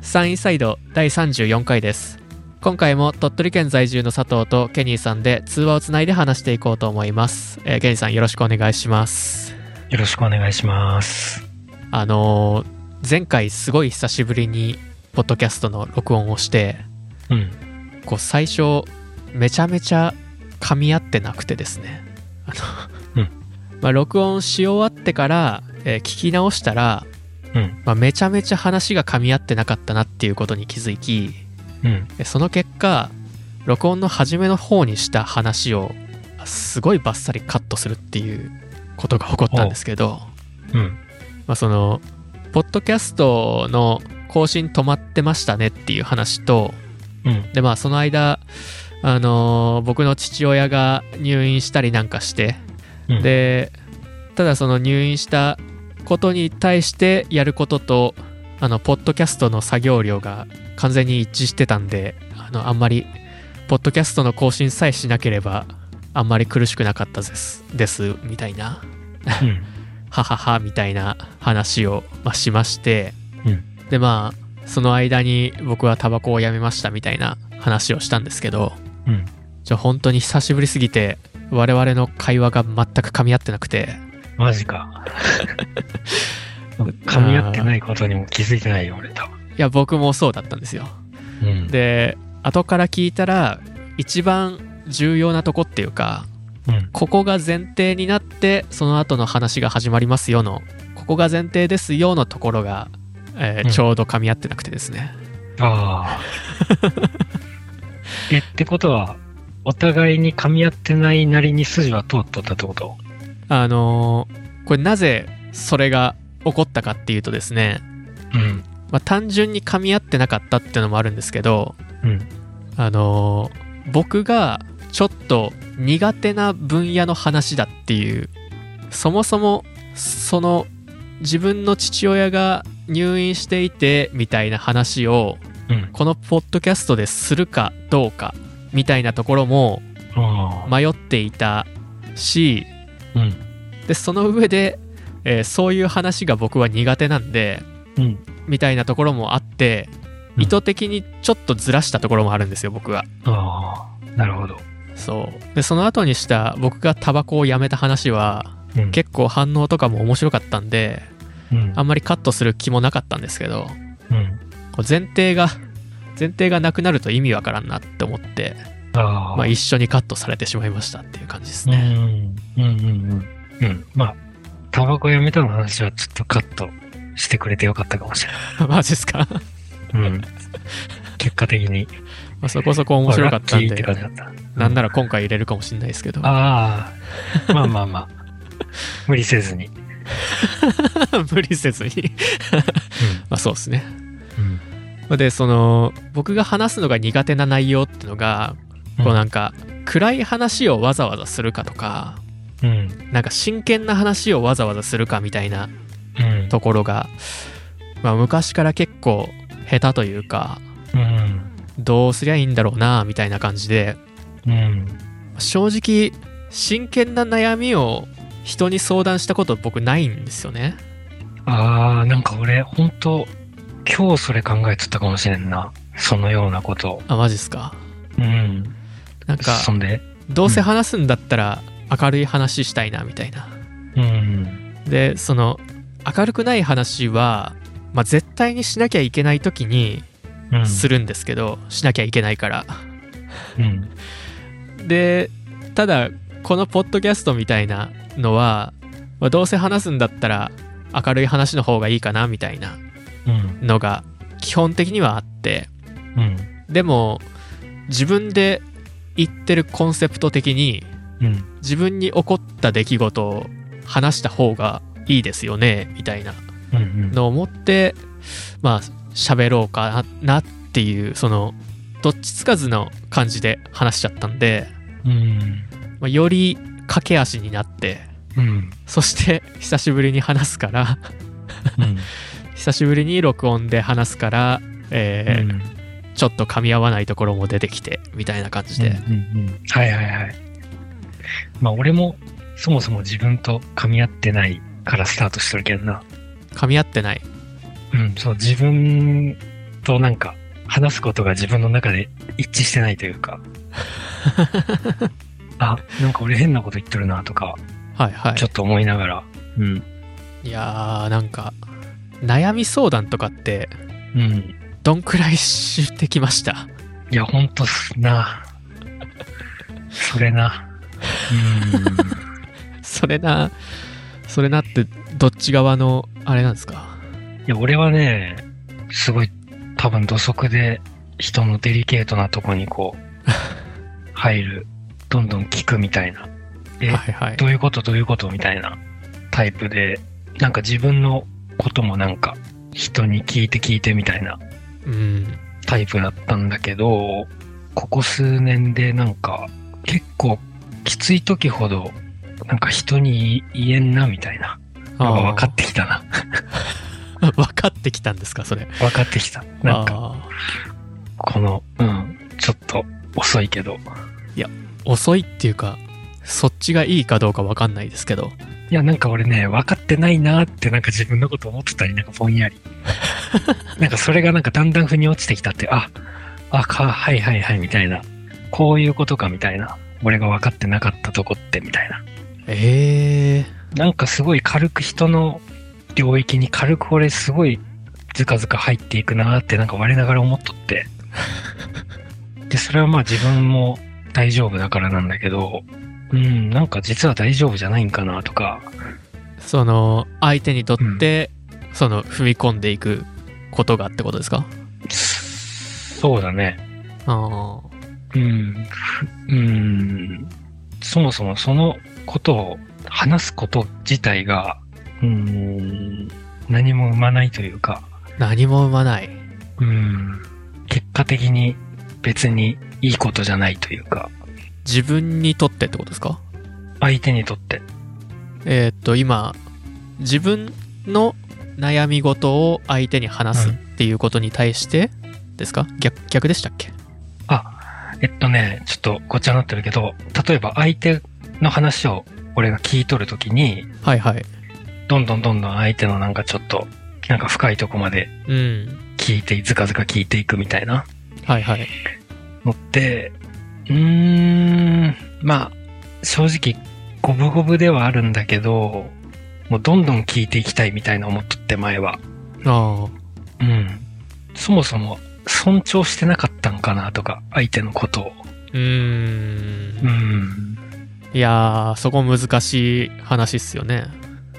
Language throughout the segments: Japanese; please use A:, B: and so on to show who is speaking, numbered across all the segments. A: サンインサイド第34回です今回も鳥取県在住の佐藤とケニーさんで通話をつないで話していこうと思います、えーケニーさんよろしくお願いします
B: よろしくお願いします。
A: あのー前回すごい久しぶりにポッドキャストの録音をして
B: うん。
A: こう最初めちゃめちゃ噛み合ってなくてですねあの、
B: うん
A: まあ、録音し終わってから、えー聞き直したら、
B: うん。
A: まあ、めちゃめちゃ話が噛み合ってなかったなっていうことに気づき
B: うん。
A: えその結果録音の初めの方にした話をすごいバッサリカットするっていうことが起こったんですけど、
B: うん。
A: まあ、そのポッドキャストの更新止まってましたねっていう話と
B: うん。
A: でまあその間あのー僕の父親が入院したりなんかして
B: うん、
A: でただその入院したことに対してやることとあのポッドキャストの作業量が完全に一致してたんであのあんまりポッドキャストの更新さえしなければあんまり苦しくなかったですですみたいな
B: うん。
A: はははみたいな話を、まあ、しまして、
B: うん
A: でまあその間に僕はタバコをやめましたみたいな話をしたんですけど
B: うん。
A: ちょ本当に久しぶりすぎて我々の会話が全く噛み合ってなくて
B: マ ジか。噛み合ってないことにも気づいてないよ、俺多分。
A: いや僕もそうだったんですよ
B: うん。
A: で後から聞いたら一番重要なとこっていうか
B: うん。
A: ここが前提になってその後の話が始まりますよのここが前提ですよのところが、えー
B: うん
A: ちょうど噛み合ってなくてですね、
B: ああ。 え、ってことは、お互いに噛み合ってないなりに筋は通っとったってこと
A: あのーこれなぜそれが起こったかっていうとですね、
B: うん。
A: まあ、単純に噛み合ってなかったっていうのもあるんですけど、
B: うん。
A: あのー僕がちょっと苦手な分野の話だっていうそもそもその自分の父親が入院していてみたいな話を
B: うん。
A: このポッドキャストでするかどうかみたいなところも
B: ああ。
A: 迷っていたし
B: うん。
A: でその上で、えーそういう話が僕は苦手なんで
B: うん。
A: みたいなところもあって
B: うん
A: 意図的にちょっとずらしたところもあるんですよ僕は。
B: ああ。なるほど。
A: そうでその後にした僕がタバコをやめた話は
B: うん。
A: 結構反応とかも面白かったんで
B: うん
A: あ。んまりカットする気もなかったんですけど
B: うん。
A: こう前提が前提がなくなると意味わからんなって思って、
B: ああ。
A: まあ、一緒にカットされてしまいましたっていう感じです
B: う
A: ね、
B: んうんうんうん。うん。まあ、タバコやめたの話はちょっとカットしてくれてよかったかもし れ
A: マジですかま
B: ない。うん。結果的に。
A: あそこそこ面白かったん
B: ラッキーっ
A: で
B: て感じだった。
A: なんなら今回入れるかもしれないですけど
B: ああ、まあまあまあ。無理せずに。
A: 無理せずに まあそうですね
B: うん。うん。
A: でその僕が話すのが苦手な内容ってのがこうなんか暗い話をわざわざするかとか
B: うん。
A: なんか真剣な話をわざわざするかみたいな
B: うん。
A: ところが、まあ、昔から結構下手というか
B: うん。
A: どうすりゃいいんだろうなみたいな感じで
B: うん。
A: 正直真剣な悩みを人に相談したこと僕ないんですよね
B: ああ、なんか俺、本当今日それ考えとったかもしれんな。そのようなことを。
A: あマジっすか
B: うん。
A: なんか
B: そんで。
A: どうせ話すんだったら明るい話したいなみたいな
B: うん。
A: でその明るくない話は、まあ、絶対にしなきゃいけない時に
B: うん。
A: するんですけど、しなきゃいけないから
B: うん。
A: でただこのポッドキャストみたいなのは、まあどうせ話すんだったら明るい話の方がいいかなみたいな
B: うん。
A: のが基本的にはあって
B: うん。
A: でも自分で言ってるコンセプト的に
B: うん。
A: 自分に起こった出来事を話した方がいいですよねみたいな
B: うん。うん。
A: のを思ってまあ喋ろうかなっていうそのどっちつかずの感じで話しちゃったんで、
B: うん。
A: まあより駆け足になって
B: うん。
A: そして久しぶりに話すから
B: うん。
A: 久しぶりに録音で話すから、えーちょっと噛み合わないところも出てきてみたいな感じで、
B: うんうんうんはいはいはい。まあ俺もそもそも自分と噛み合ってないからスタートしてるけどな。
A: 噛み合ってない
B: うん、そう、自分となんか話すことが自分の中で一致してないというかあなんか俺変なこと言ってるなとか
A: はいは
B: ちょっと思いながら、うん
A: い。いやー、なんか、悩み相談とかって、
B: うん
A: どんくらいしてきました
B: いやほんとすなそれな
A: それな、それなって、どっち側の、あれなんですか
B: うんいや俺はねすごい多分土足で人のデリケートなとこにこう入るどんどん聞くみたいなえ
A: はいはい
B: ど。ういうことどういうことみたいなタイプで、なんか自分のこともなんか人に聞いて聞いてみたいな
A: うん。
B: タイプだったんだけど、ここ数年でなんか結構きつい時ほどなんか人に言えんなみたいなのが分かってきたな。
A: あー 分かってきたんですか、それ。
B: 分かってきた。なんか
A: あー
B: この、うん、ちょっと遅いけど。
A: 遅いっていうか、そっちがいいかどうか分かんないですけど。
B: いや、なんか俺ね、分かってないなってなんか自分のこと思ってたり、なんかぼんやり。なんかそれがなんかだんだん腑に落ちてきたって、あ、あ、か、はいはいはい、みたいな。こういうことか、みたいな。俺が分かってなかったとこって、みたいな。
A: ええ
B: なんかすごい軽く人の領域に軽く俺すごいずかずか入っていくなってなんか我ながら思っとって。で、それはまあ自分も大丈夫だからなんだけど、うん、なんか実は大丈夫じゃないんかなとか、
A: その、相手にとって、その、踏み込んでいくことがってことですか
B: そうだね。
A: ああ。
B: うん。ふうん。そもそもそのことを話すこと自体が、うん、何も生まないというか、
A: 何も生まない。
B: うん、結果的に別にいいことじゃないというか、
A: 自分にとってってことですか
B: 相手にとって。
A: えーっと今自分の悩み事を相手に話すっていうことに対してですか、逆逆でしたっけ
B: えっとね、ちょっとごっちゃになってるけど、例えば相手の話を俺が聞いとるときに、
A: はいはい
B: どんどんどんどん相手のなんかちょっと、なんか深いとこまで
A: うん
B: 聞いて、ずかずか聞いていくみたいな。
A: はいはい
B: のって、うーん、まあ、正直、五分五分ではあるんだけど、もうどんどん聞いていきたいみたいな思っとって前は。
A: ああ
B: うん。そもそも、尊重してなかったんかなとか、相手のことを。
A: うー
B: うんん。
A: いやーそこ難しい話っすよね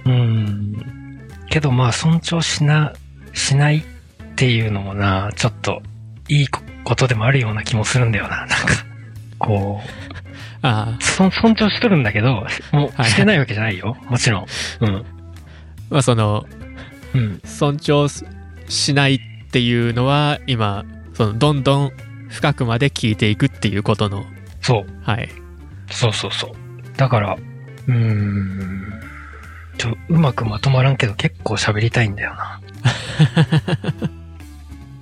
B: うん。けどまあ、尊重しな、しないっていうのもな、ちょっと、いいことでもあるような気もするんだよな、なんか。こう、
A: あ
B: そ尊重しとるんだけど、もう
A: はい
B: してないわけじゃないよ。もちろん。うん。
A: あまあその
B: うん。
A: 尊重すしないっていうのは今そのどんどん深くまで聞いていくっていうことの
B: そう。
A: はい
B: そうそうそう。だから、うーん。ちょ、うまくまとまらんけど結構喋りたいんだよな。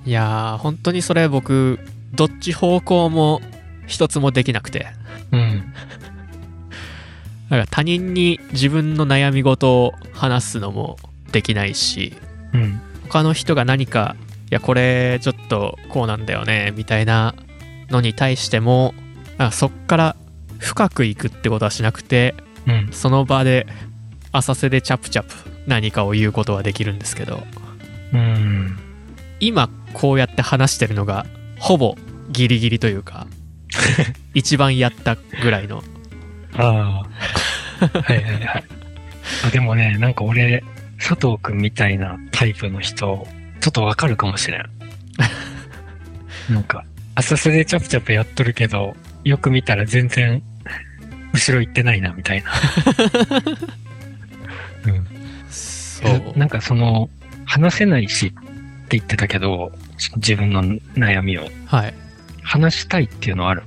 A: いやー本当にそれ僕どっち方向も一つもできなくて
B: うん。
A: だから他人に自分の悩み事を話すのもできないし
B: うん。
A: 他の人が何かいやこれちょっとこうなんだよねみたいなのに対してもなんかそっから深くいくってことはしなくて
B: うん。
A: その場で浅瀬でチャプチャプ何かを言うことはできるんですけど
B: うん。
A: 今こうやって話してるのがほぼギリギリというか一番やったぐらいの
B: あ あ。はいはいはい。あでもね、なんか俺、佐藤くんみたいなタイプの人、ちょっとわかるか もしれん。なんか、浅瀬でチャプチャプやっとるけど、よく見たら全然、後ろ行ってないな、み たいな。うん
A: そ
B: な
A: う
B: なんかその、話せないしって言ってたけど、その自分の悩みを。
A: はい
B: 話したいっていうのはある。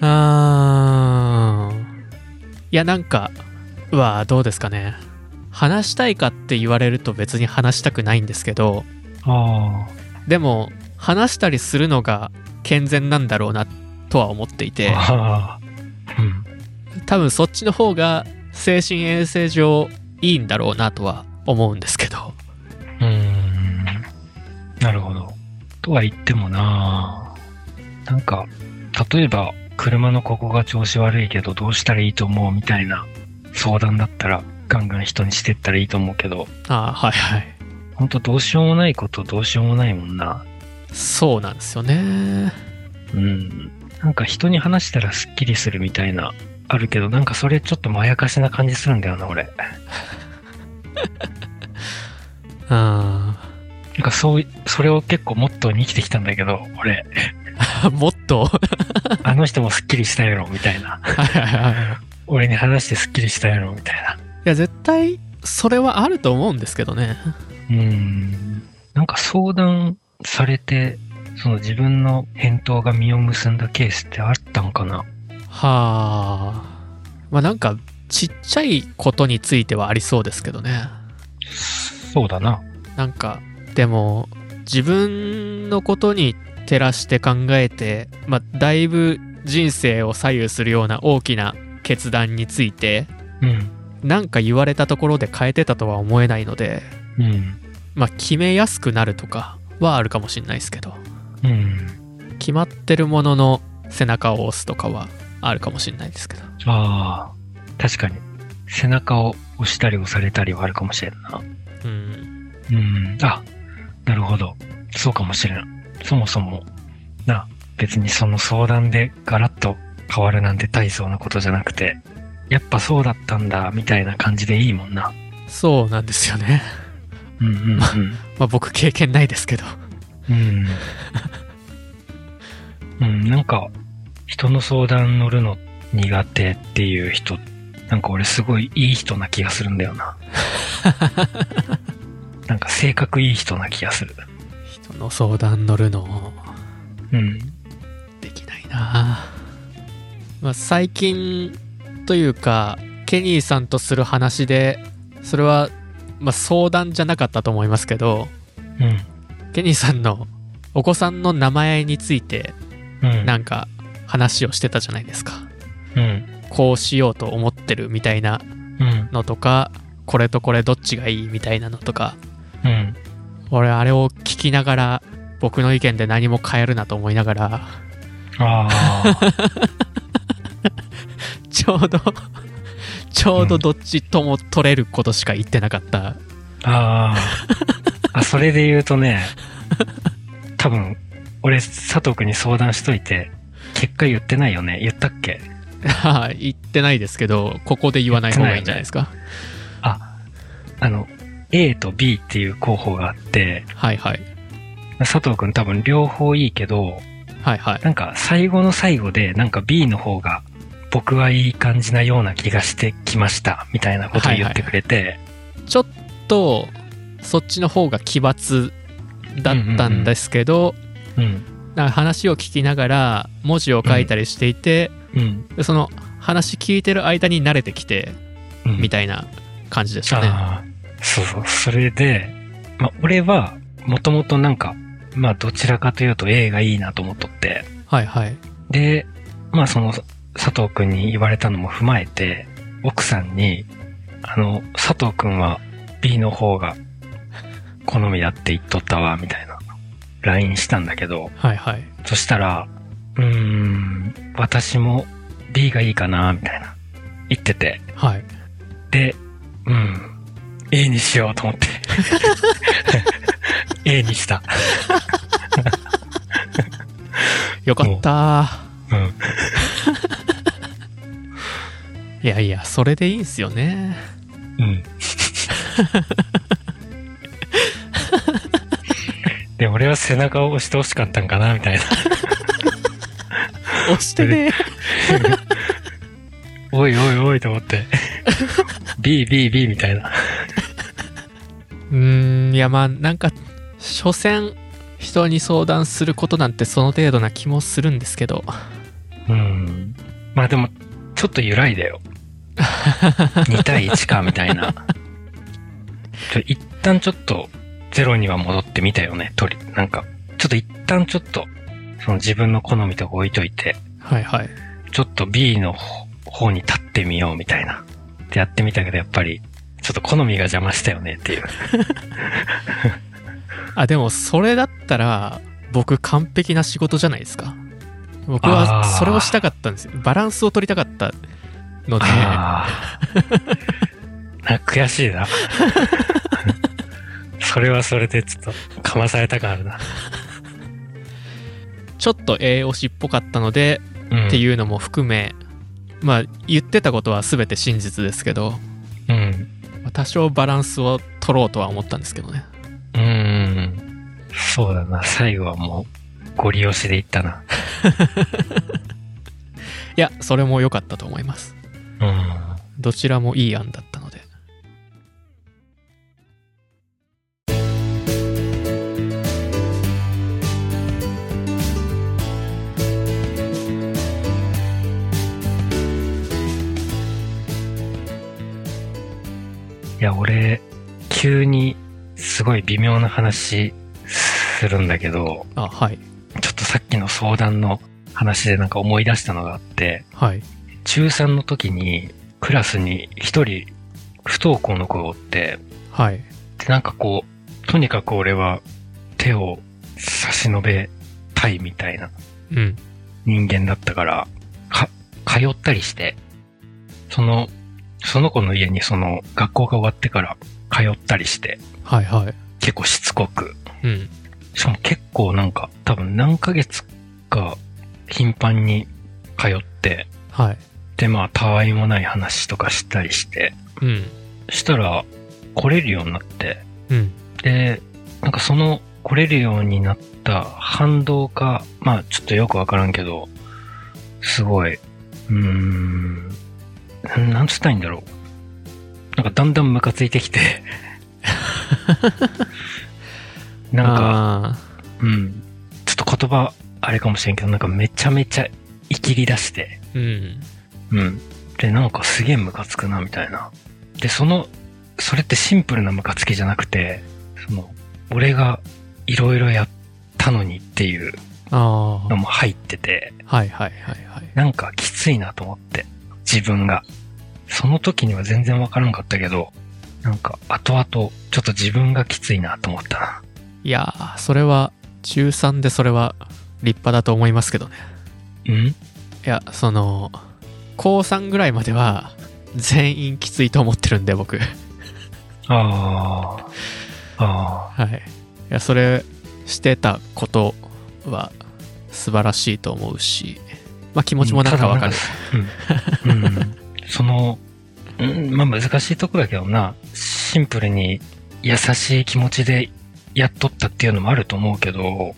A: あーいやなんかはどうですかね話したいかって言われると別に話したくないんですけど
B: あ
A: でも話したりするのが健全なんだろうなとは思っていて
B: ああ。うん。
A: 多分そっちの方が精神衛生上いいんだろうなとは思うんですけど
B: うーん。なるほど。とは言ってもななんか、例えば、車のここが調子悪いけどどうしたらいいと思うみたいな相談だったらガンガン人にしてったらいいと思うけど、
A: ああはいはい
B: ほんとどうしようもないことどうしようもないもんな。
A: そうなんですよね
B: うん。なんか人に話したらスッキリするみたいな、あるけど、なんかそれちょっとまやかしな感じするんだよな、俺。
A: あ
B: なんかそうい、それを結構モットーに生きてきたんだけど、俺、
A: あ もっとは
B: あの人もスッキリしたやろ、みたいな。
A: いはいはい
B: 俺に話してスッキリしたやろ、みたいな。
A: いや絶対それはあると思うんですけどね
B: うん。なんか相談されて、その自分の返答が実を結んだケースってあったんかな
A: はあまあなんかちっちゃいことについてはありそうですけどね
B: そうだな。
A: なんかでも自分のことに照らして考えて、まあ、だいぶ人生を左右するような大きな決断について
B: うん。
A: なんか言われたところで変えてたとは思えないので、
B: うん。
A: まあ、決めやすくなるとかはあるかもしれないですけど
B: うん。
A: 決まってるものの背中を押すとかはあるかもしれないですけど
B: ああ、確かに。背中を押したり押されたりはあるかもしれんな。
A: うん
B: うん。あ、なるほど。そうかもしれん。そもそも、な、別にその相談でガラッと変わるなんて大層なことじゃなくて、やっぱそうだったんだ、みたいな感じでいいもんな。
A: そうなんですよね
B: うんうんうん。
A: まあ僕経験ないですけど
B: うん。うん、なんか、人の相談乗るの苦手っていう人、なんか俺すごいいい人な気がするんだよ な。なんか性格いい人な気がする。
A: 人の相談乗るの
B: うん。
A: できないな、まあ、最近というかケニーさんとする話でそれは、まあ、相談じゃなかったと思いますけど
B: うん。
A: ケニーさんのお子さんの名前について
B: うん。
A: なんか話をしてたじゃないですか
B: うん。
A: こうしようと思ってるみたいな
B: うん。
A: のとかこれとこれどっちがいいみたいなのとか
B: うん。
A: 俺あれを聞きながら僕の意見で何も変えるなと思いながら
B: ああ。
A: ちょうど ちょうどどっちとも取れることしか言ってなかった、
B: ああ。あ、それで言うとね、多分、俺、佐藤くんに相談しといて、結果言ってないよね。言ったっけ
A: はい言ってないですけどここで言わない方がいいんじゃないですか、
B: あの、A と B っていう候補があって、
A: はいはい
B: 佐藤くん多分両方いいけど、
A: はいはい
B: なんか最後の最後で、なんか B の方が、僕はいい感じなような気がしてきました、みたいなことを言ってくれて、
A: ちょっとそっちの方が奇抜だったんですけど、
B: うん、
A: なんか話を聞きながら文字を書いたりしていて、
B: うん、
A: でその話聞いてる間に慣れてきて
B: うん。
A: みたいな感じでしたね。
B: ああ、そうそう。それで、まあ、俺は、もともとなんか、まあ、どちらかというと A がいいなと思っとって、
A: はいはい。
B: で、まあ、その、佐藤くんに言われたのも踏まえて、奥さんに、あの、佐藤くんは B の方が好みだって言っとったわ、みたいな、LINE したんだけど、
A: はいはい。
B: そしたら、うーん、私も B がいいかな、みたいな、言ってて、
A: はい。
B: で、うん、A にしようと思って。A にした。
A: よかった。
B: うん。
A: いやいや、それでいいんすよ ね。
B: うん。 で、俺は背中を押してほしかったんかな、みたいな。
A: 押してね。
B: おいおいおいと思って。B、B、B みたいな。
A: うーん、いやまあなんか、所詮、人に相談することなんてその程度な気もするんですけど。
B: うん。まあでも、ちょっと揺らいだよ。2対1か、みたいな。ちょ一旦ちょっと、ゼロには戻ってみたよね、とり。なんか、ちょっと一旦ちょっと、その自分の好みとか置いといて、
A: はいはい。
B: ちょっと B の方方に立ってみようみたいな。でやってみたけど、やっぱり、ちょっと好みが邪魔したよねっていう。
A: あ、でもそれだったら、僕完璧な仕事じゃないですか僕は
B: あー
A: それをしたかったんですよバランスを取りたかったので
B: ああ。な悔しいな。それはそれでちょっとかまされた感あるな。
A: ちょっと栄養士っぽかったので
B: うん、
A: って
B: う。
A: いうのも含め、まあ言ってたことは全て真実ですけど
B: うん。
A: まあ多少バランスを取ろうとは思ったんですけどね
B: うん。そうだな。最後はもう、ご利用しでいったな。
A: いやそれも良かったと思います
B: うん。
A: どちらもいい案だったので。
B: いや、俺、急にすごい微妙な話するんだけど、
A: あ、はい。
B: ちょっとさっきの相談の話でなんか思い出したのがあって、
A: はい。
B: 中3の時にクラスに一人不登校の子がおって、
A: はい。
B: で、なんかこう、とにかく俺は手を差し伸べたいみたいな
A: うん。
B: 人間だったから、か、通ったりして、その、その子の家にその学校が終わってから通ったりして、
A: はいはい。
B: 結構しつこく、
A: うん。
B: しかも結構なんか、多分何ヶ月か頻繁に通って、
A: はい。
B: でまあ、たわいもない話とかしたりして、
A: うん。
B: したら来れるようになって、
A: うん。
B: で、なんかその来れるようになった反動か、まあちょっとよくわからんけど、すごい、うーん、なんなんつったらいいんだろう。なんかだんだんムカついてきて、なんか、
A: か、
B: うん。ちょっと言葉、あれかもしれんけど、なんかめちゃめちゃイキり出して、
A: うん。
B: うん。で、なんかすげえムカつくな、みたいな。で、その、それってシンプルなムカつきじゃなくて、その、俺がいろいろやったのにっていう
A: あ
B: のも入ってて、
A: あ。はいはいはいはい。
B: なんかきついなと思って、自分が。その時には全然わからんかったけど、なんか後々、ちょっと自分がきついなと思ったな。
A: いやー、それは、中3でそれは立派だと思いますけどね。
B: うん
A: いや、その、高3ぐらいまでは、全員きついと思ってるんで、僕。
B: ああ。あ
A: はい。いや、それしてたことは、素晴らしいと思うし、まあ気
B: あ。
A: 持ちもなんかわかる。
B: うん。うん。その、うん、まあ難しいとこだけどな、シンプルに優しい気持ちでやっとったっていうのもあると思うけど、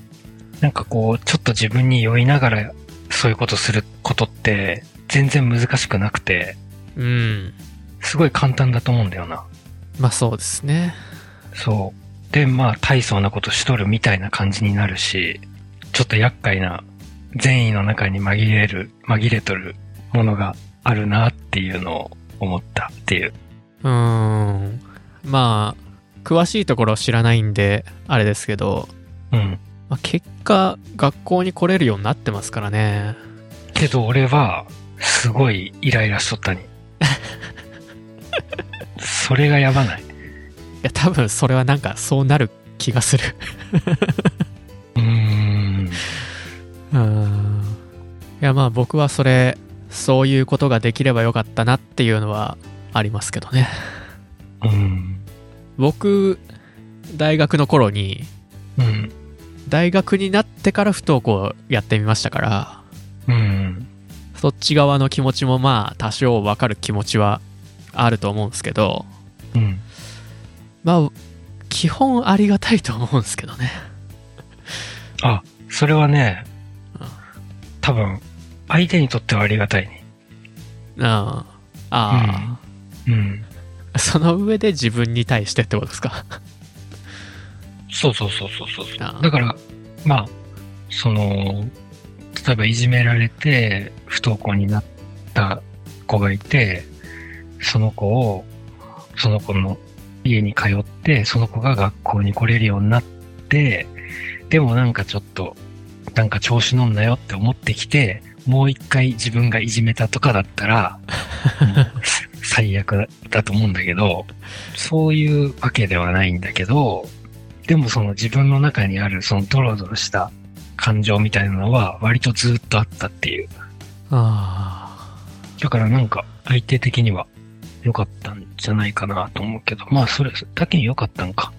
B: なんかこう、ちょっと自分に酔いながらそういうことすることって、全然難しくなくて、
A: うん。
B: すごい簡単だと思うんだよな。
A: まあそうですね。
B: そう。で、まあ、大層なことしとるみたいな感じになるし、ちょっと厄介な善意の中に紛れる、紛れとるものがあるなっていうのを思ったっていう。
A: うーん。まあ、詳しいところ知らないんで、あれですけど、
B: うん。
A: まあ、結果、学校に来れるようになってますからね。
B: けど俺は、すごいイライラしとったに。 それがやばない。
A: いや、多分それはなんかそうなる気がする。
B: うーん。
A: うーん。いや、まあ僕はそれ、そういうことができればよかったなっていうのはありますけどね。
B: うん。
A: 僕、大学の頃に、
B: うん。
A: 大学になってから不登校やってみましたから、
B: うん。
A: そっち側の気持ちもまあ多少わかる気持ちはあると思うんですけど、
B: うん。
A: まあ、基本ありがたいと思うんですけどね。
B: あ、それはね
A: うん、
B: 多分、相手にとってはありがたいに。
A: うん。ああ、
B: うん。
A: その上で自分に対してってことですか。
B: そうそうそうそうそう
A: ああ
B: だから、まあ、その、例えばいじめられて不登校になった子がいて、その子を、その子の家に通って、その子が学校に来れるようになって、でもなんかちょっと、なんか調子乗んなよって思ってきて、もう一回自分がいじめたとかだったら、もう最悪だと思うんだけど、そういうわけではないんだけど、でもその自分の中にあるそのドロドロした感情みたいなのは割とずっとあったっていう。
A: あ
B: だからなんか相手的には良かったんじゃないかなと思うけど、まあそれだけに良かったんか。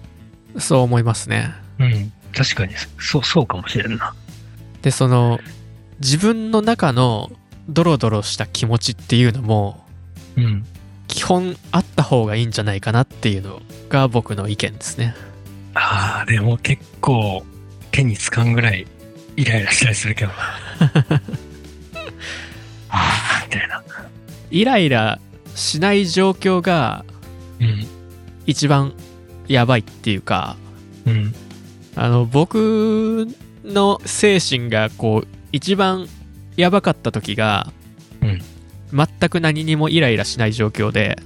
A: あ、そう思いますね。
B: うん。確かに、そう、そうかもしれんな。
A: で、その、自分の中のドロドロした気持ちっていうのも、
B: うん。
A: 基本あった方がいいんじゃないかなっていうのが僕の意見ですね。
B: ああ、でも結構手につかんぐらいイライラしたりするけどな。ああ、みたいな。
A: イライラしない状況が
B: う
A: 一番やばいっていうか、
B: ん。うん。
A: あの、僕の精神がこう、一番やばかった時が、
B: うん
A: 全く何にもイライラしない状況で、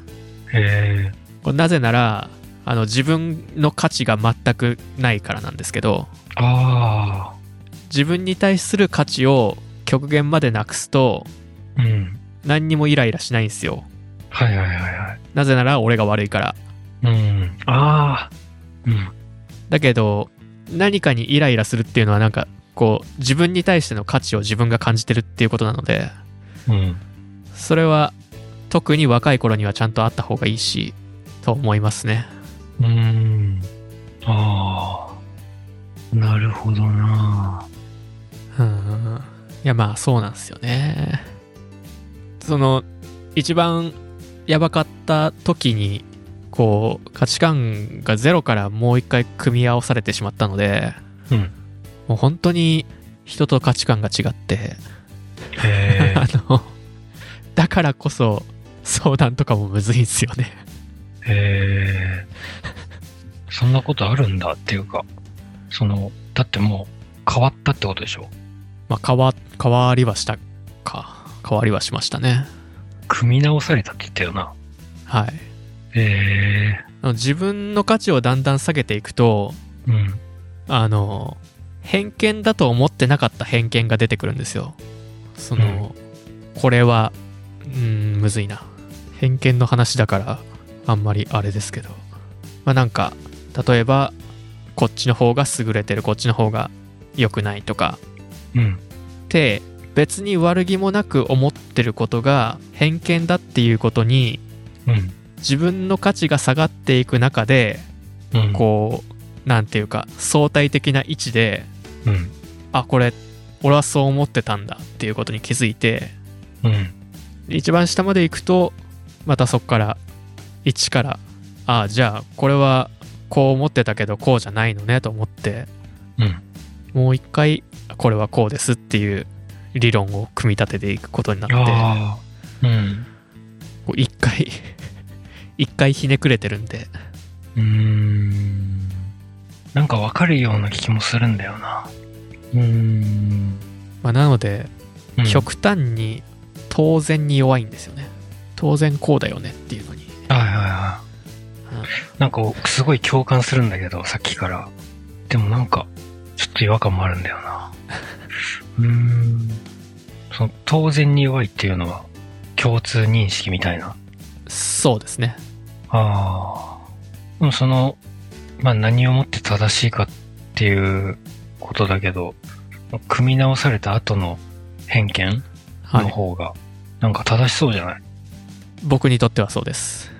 B: え
A: これなぜなら、あの、自分の価値が全くないからなんですけど、
B: ー、あ
A: 自分に対する価値を極限までなくすと、
B: あ、うん。
A: 何にもイライラしないんですよ。
B: はいはいはいはい。
A: なぜなら俺が悪いから。
B: うん。ああ、うん。
A: だけど、何かにイライラするっていうのはなんか、こう、自分に対しての価値を自分が感じてるっていうことなので、
B: うん。
A: それは特に若い頃にはちゃんとあった方がいいしと思いますね
B: うーん。ああ。なるほどな。
A: うんいやまあそうなんですよねその一番やばかった時にこう価値観がゼロからもう一回組み合わされてしまったので
B: うん。
A: もう本当に人と価値観が違って、
B: へ
A: あのだからこそ相談とかもむずいんですよね
B: え。へえ。そんなことあるんだっていうか、その、だってもう変わったってことでしょ
A: まあ変わ変わりはしたか変わりはしましたね
B: 組み直されたって言ったよな。
A: はい
B: へえ。
A: あの自分の価値をだんだん下げていくと
B: うん。
A: あの偏見だと思ってなかった偏見が出てくるんですよその、これはうーんむずいな偏見の話だからあんまりあれですけどまあなんか例えばこっちの方が優れてるこっちの方が良くないとか
B: うん。
A: って別に悪気もなく思ってることが偏見だっていうことに
B: うん。
A: 自分の価値が下がっていく中で
B: うん。
A: こうなんていうか相対的な位置で
B: う。うん。
A: あこれ俺はそう思ってたんだっていうことに気づいて
B: うん。
A: 一番下まで行くとまたそこから1からあじゃあこれはこう思ってたけどこうじゃないのねと思って
B: うん。
A: もう一回これはこうですっていう理論を組み立てていくことになって
B: ああ。うん。
A: こう一回 一回ひねくれてるんで
B: うーん。なんかわかるような気もするんだよな。うーん。
A: まあ、なので
B: うん
A: 極端に当然に弱いんですよね当然こうだよねっていうのに
B: はいはいは
A: うん
B: い。なんか、すごい共感するんだけど、さっきから。でもなんか、ちょっと違和感もあるんだよ な。うーん。その、当然に弱いっていうのは、共通認識みたいな。
A: そうですね
B: ああ。でもその、まあ何をもって正しいかっていうことだけど、組み直された後の偏見
A: は
B: の
A: い
B: 方が、なんか正しそうじゃない
A: 僕にとってはそうです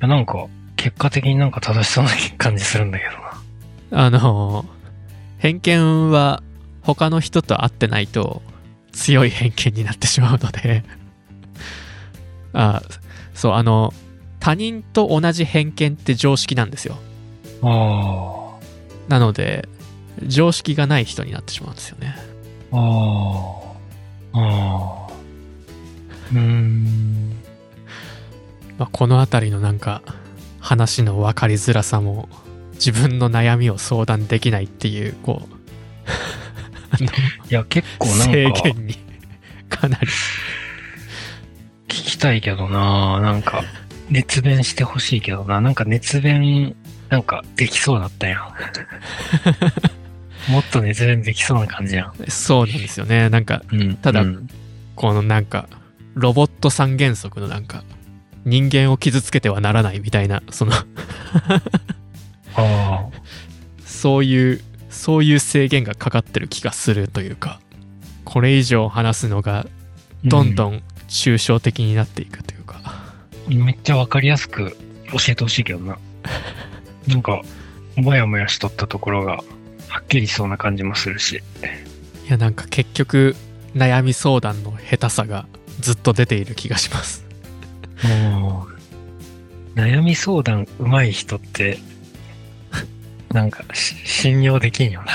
B: いやなんか、結果的になんか正しそうな感じするんだけどな。
A: あの偏見は他の人と会ってないと強い偏見になってしまうので あそうあの他人と同じ偏見って常識なんですよ
B: あ
A: なので常識がない人になってしまうんですよね
B: あ、ああ、ああ。うーん。
A: まあ、この辺りのなんか話の分かりづらさも自分の悩みを相談できないっていうこう
B: いや、結構なんか
A: 制
B: 聞
A: 限に かなり
B: きたいけどな、なんか、熱弁してほしいけどな、なんか熱弁、なんかできそうだった やん。もっと熱弁できそうな感じやん。
A: そうなんですよねなんか
B: うん。
A: ただ
B: うん
A: このなんかロボット三原則のなんか人間を傷つけてはならないみたいなその
B: ああ、
A: そういうそういう制限がかかってる気がするというかこれ以上話すのがどんどん抽象的になっていくというか、
B: うんめっちゃわかりやすく教えてほしいけどななんかもやもやしとったところがはっきりしそうな感じもするし
A: いやなんか結局悩み相談の下手さがずっと出ている気がします
B: もう悩み相談うまい人ってなんかし信用できんよない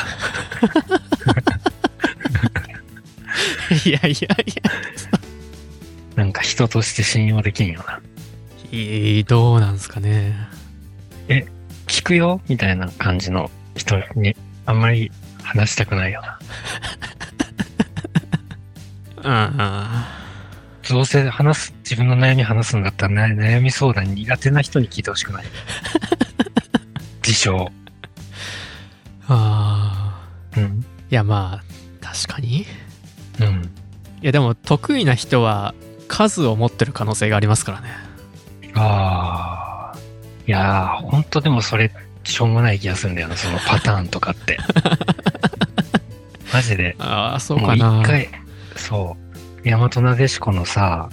A: やいやい
B: なんか人として信用できんよな
A: やいいどうなんですかね
B: 聞くよみたいな感じの人にあんまり話したくないよな
A: うんあ
B: どうせ話す自分の悩み話すんだったらな悩み相談苦手な人に聞いてほしくない自称
A: あ
B: うん
A: いやまあ確かにい
B: うん
A: やでも得意な人は数を持ってる可能性がありますからね
B: ああいやーほんとでもそれしょうもない気がするんだよなそのパターンとかってマジで
A: ああそう
B: もう
A: かな
B: 一回そう大和なでしこのさ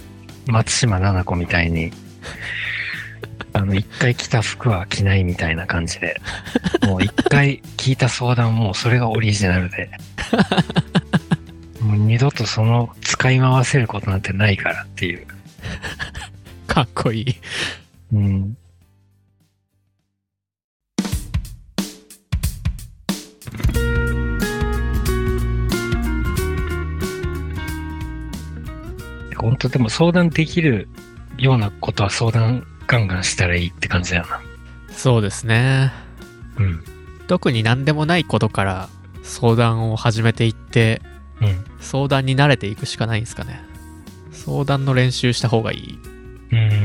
B: 松島菜々子みたいにあの一回着た服は着ないみたいな感じでもう一回聞いた相談もうそれがオリジナ ルでもう二度とその使い回せることなんてないからっていう、
A: かっこいい
B: うん、本当でも相談できるようなことは相談ガンガンしたらいいって感じだよな。
A: そうですね
B: うん。
A: 特に何でもないことから相談を始めていって相談に慣れていくしかないんですかね相談の練習した方がいい
B: うん。うーん。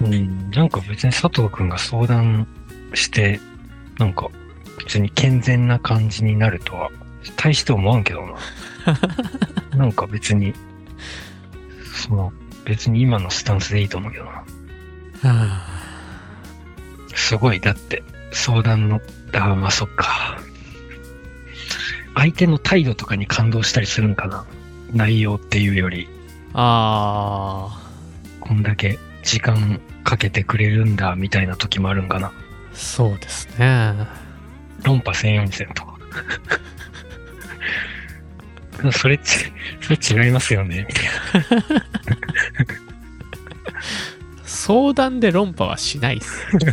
B: うんなんか別に佐藤くんが相談して、なんか別に健全な感じになるとは、大して思わんけ どな。なんか別に、その、別に今のスタンスでいいと思うけどな。すごい、だって、相談の、ああ、まあそっか。相手の態度とかに感動したりするんかな。内容っていうより、
A: あ
B: こんだけ時間かけてくれるんだ、みたいな時もあるんかな。
A: ーそうですね
B: 論破専用にせんとか。 それち、それ違いますよね、みたい
A: 相談で論破はしないっす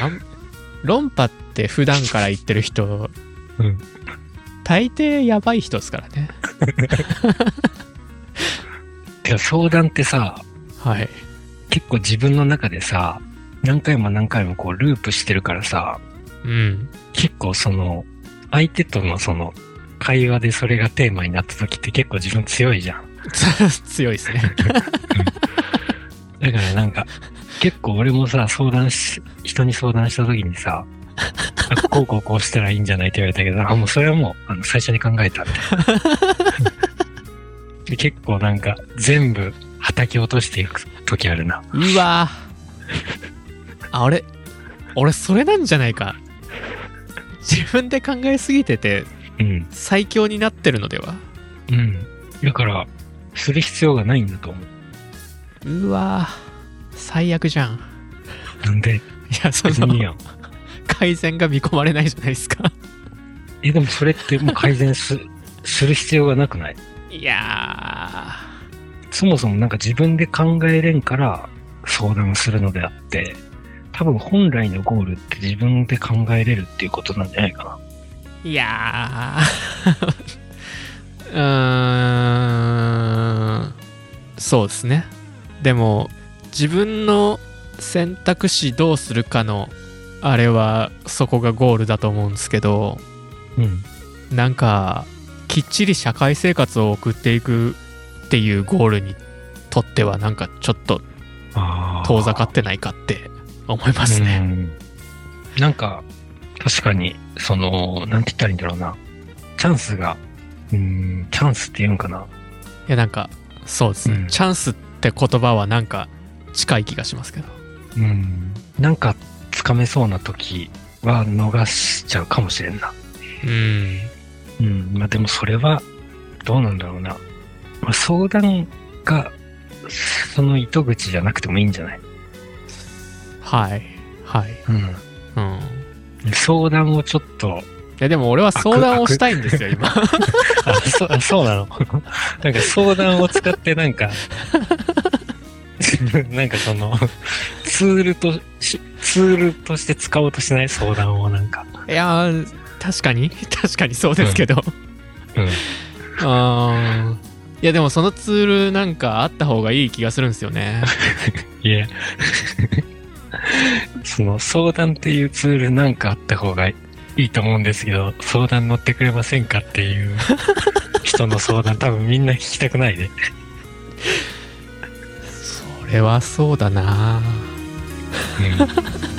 A: なん論破って普段から言ってる人
B: な。うん。
A: 大抵やばい人ですからね
B: てか相談ってさ、
A: はい
B: 結構自分の中でさ、何回も何回もこうループしてるからさ、
A: うん
B: 結構その、相手とのその、会話でそれがテーマになった時って結構自分強いじゃん。
A: 強いですね
B: だからなんか、結構俺もさ、相談し、人に相談した時に さ、あこうこうこうしたらいいんじゃないって言われたけど、あ、もうそれはもう、あの、最初に考えたみたい なで結構なんか、全部、叩き落としていく時あるな。
A: うわーあ俺俺それなんじゃないか自分で考えすぎてて
B: うん。
A: 最強になってるのでは
B: うん。だから、する必要がないんだと思う。
A: うわー最悪じゃんい
B: なんで、
A: やそ
B: 別にいい
A: の
B: やん。
A: 改善が見込まれないじゃないですか
B: え、でもそれってもう改善す、する必要がなくない
A: いや
B: そもそもなんか自分で考えれんから相談するのであって、多分本来のゴールって自分で考えれるっていうことなんじゃないかな。
A: ーいやー うーんそうですねでも自分の選択肢どうするかのあれはそこがゴールだと思うんですけど
B: うん。
A: なんかきっちり社会生活を送っていくっていうゴールにとってはなんかちょっと
B: あ
A: 遠ざかってないかって思いますね。
B: うんなんか、確かに、その、なんて言ったらいいんだろうな。チャンスが、うん、チャンスって言うんかな。
A: いやなんかそうですね、
B: うん
A: チャンスって言葉はなんか近い気がしますけど。
B: うん。なんかあっつかめそうな時は逃しちゃうかもしれんな。
A: うん。
B: うん。まあでもそれは、どうなんだろうな。まあ、相談が、その糸口じゃなくてもいいんじゃない
A: はい。はい。
B: うん。
A: うん。
B: 相談をちょっと、
A: いや、でも俺は相談をしたいんですよ、今。
B: あ、そ あそうなのなんか相談を使ってなんか、 なんかその、ツールとし、ツールとして使おうとしない相談をなんか。
A: いやー、確かに、 確かにそうですけど。
B: うん。
A: あーいやでもそのツールなんかあった方がいい気がするんですよ ね。
B: いえ。 その相談っていうツールなんかあった方がいいと思うんですけど、相談乗ってくれませんかっていう人の相談多分みんな聞きたくないで。
A: それはそうだな
B: うん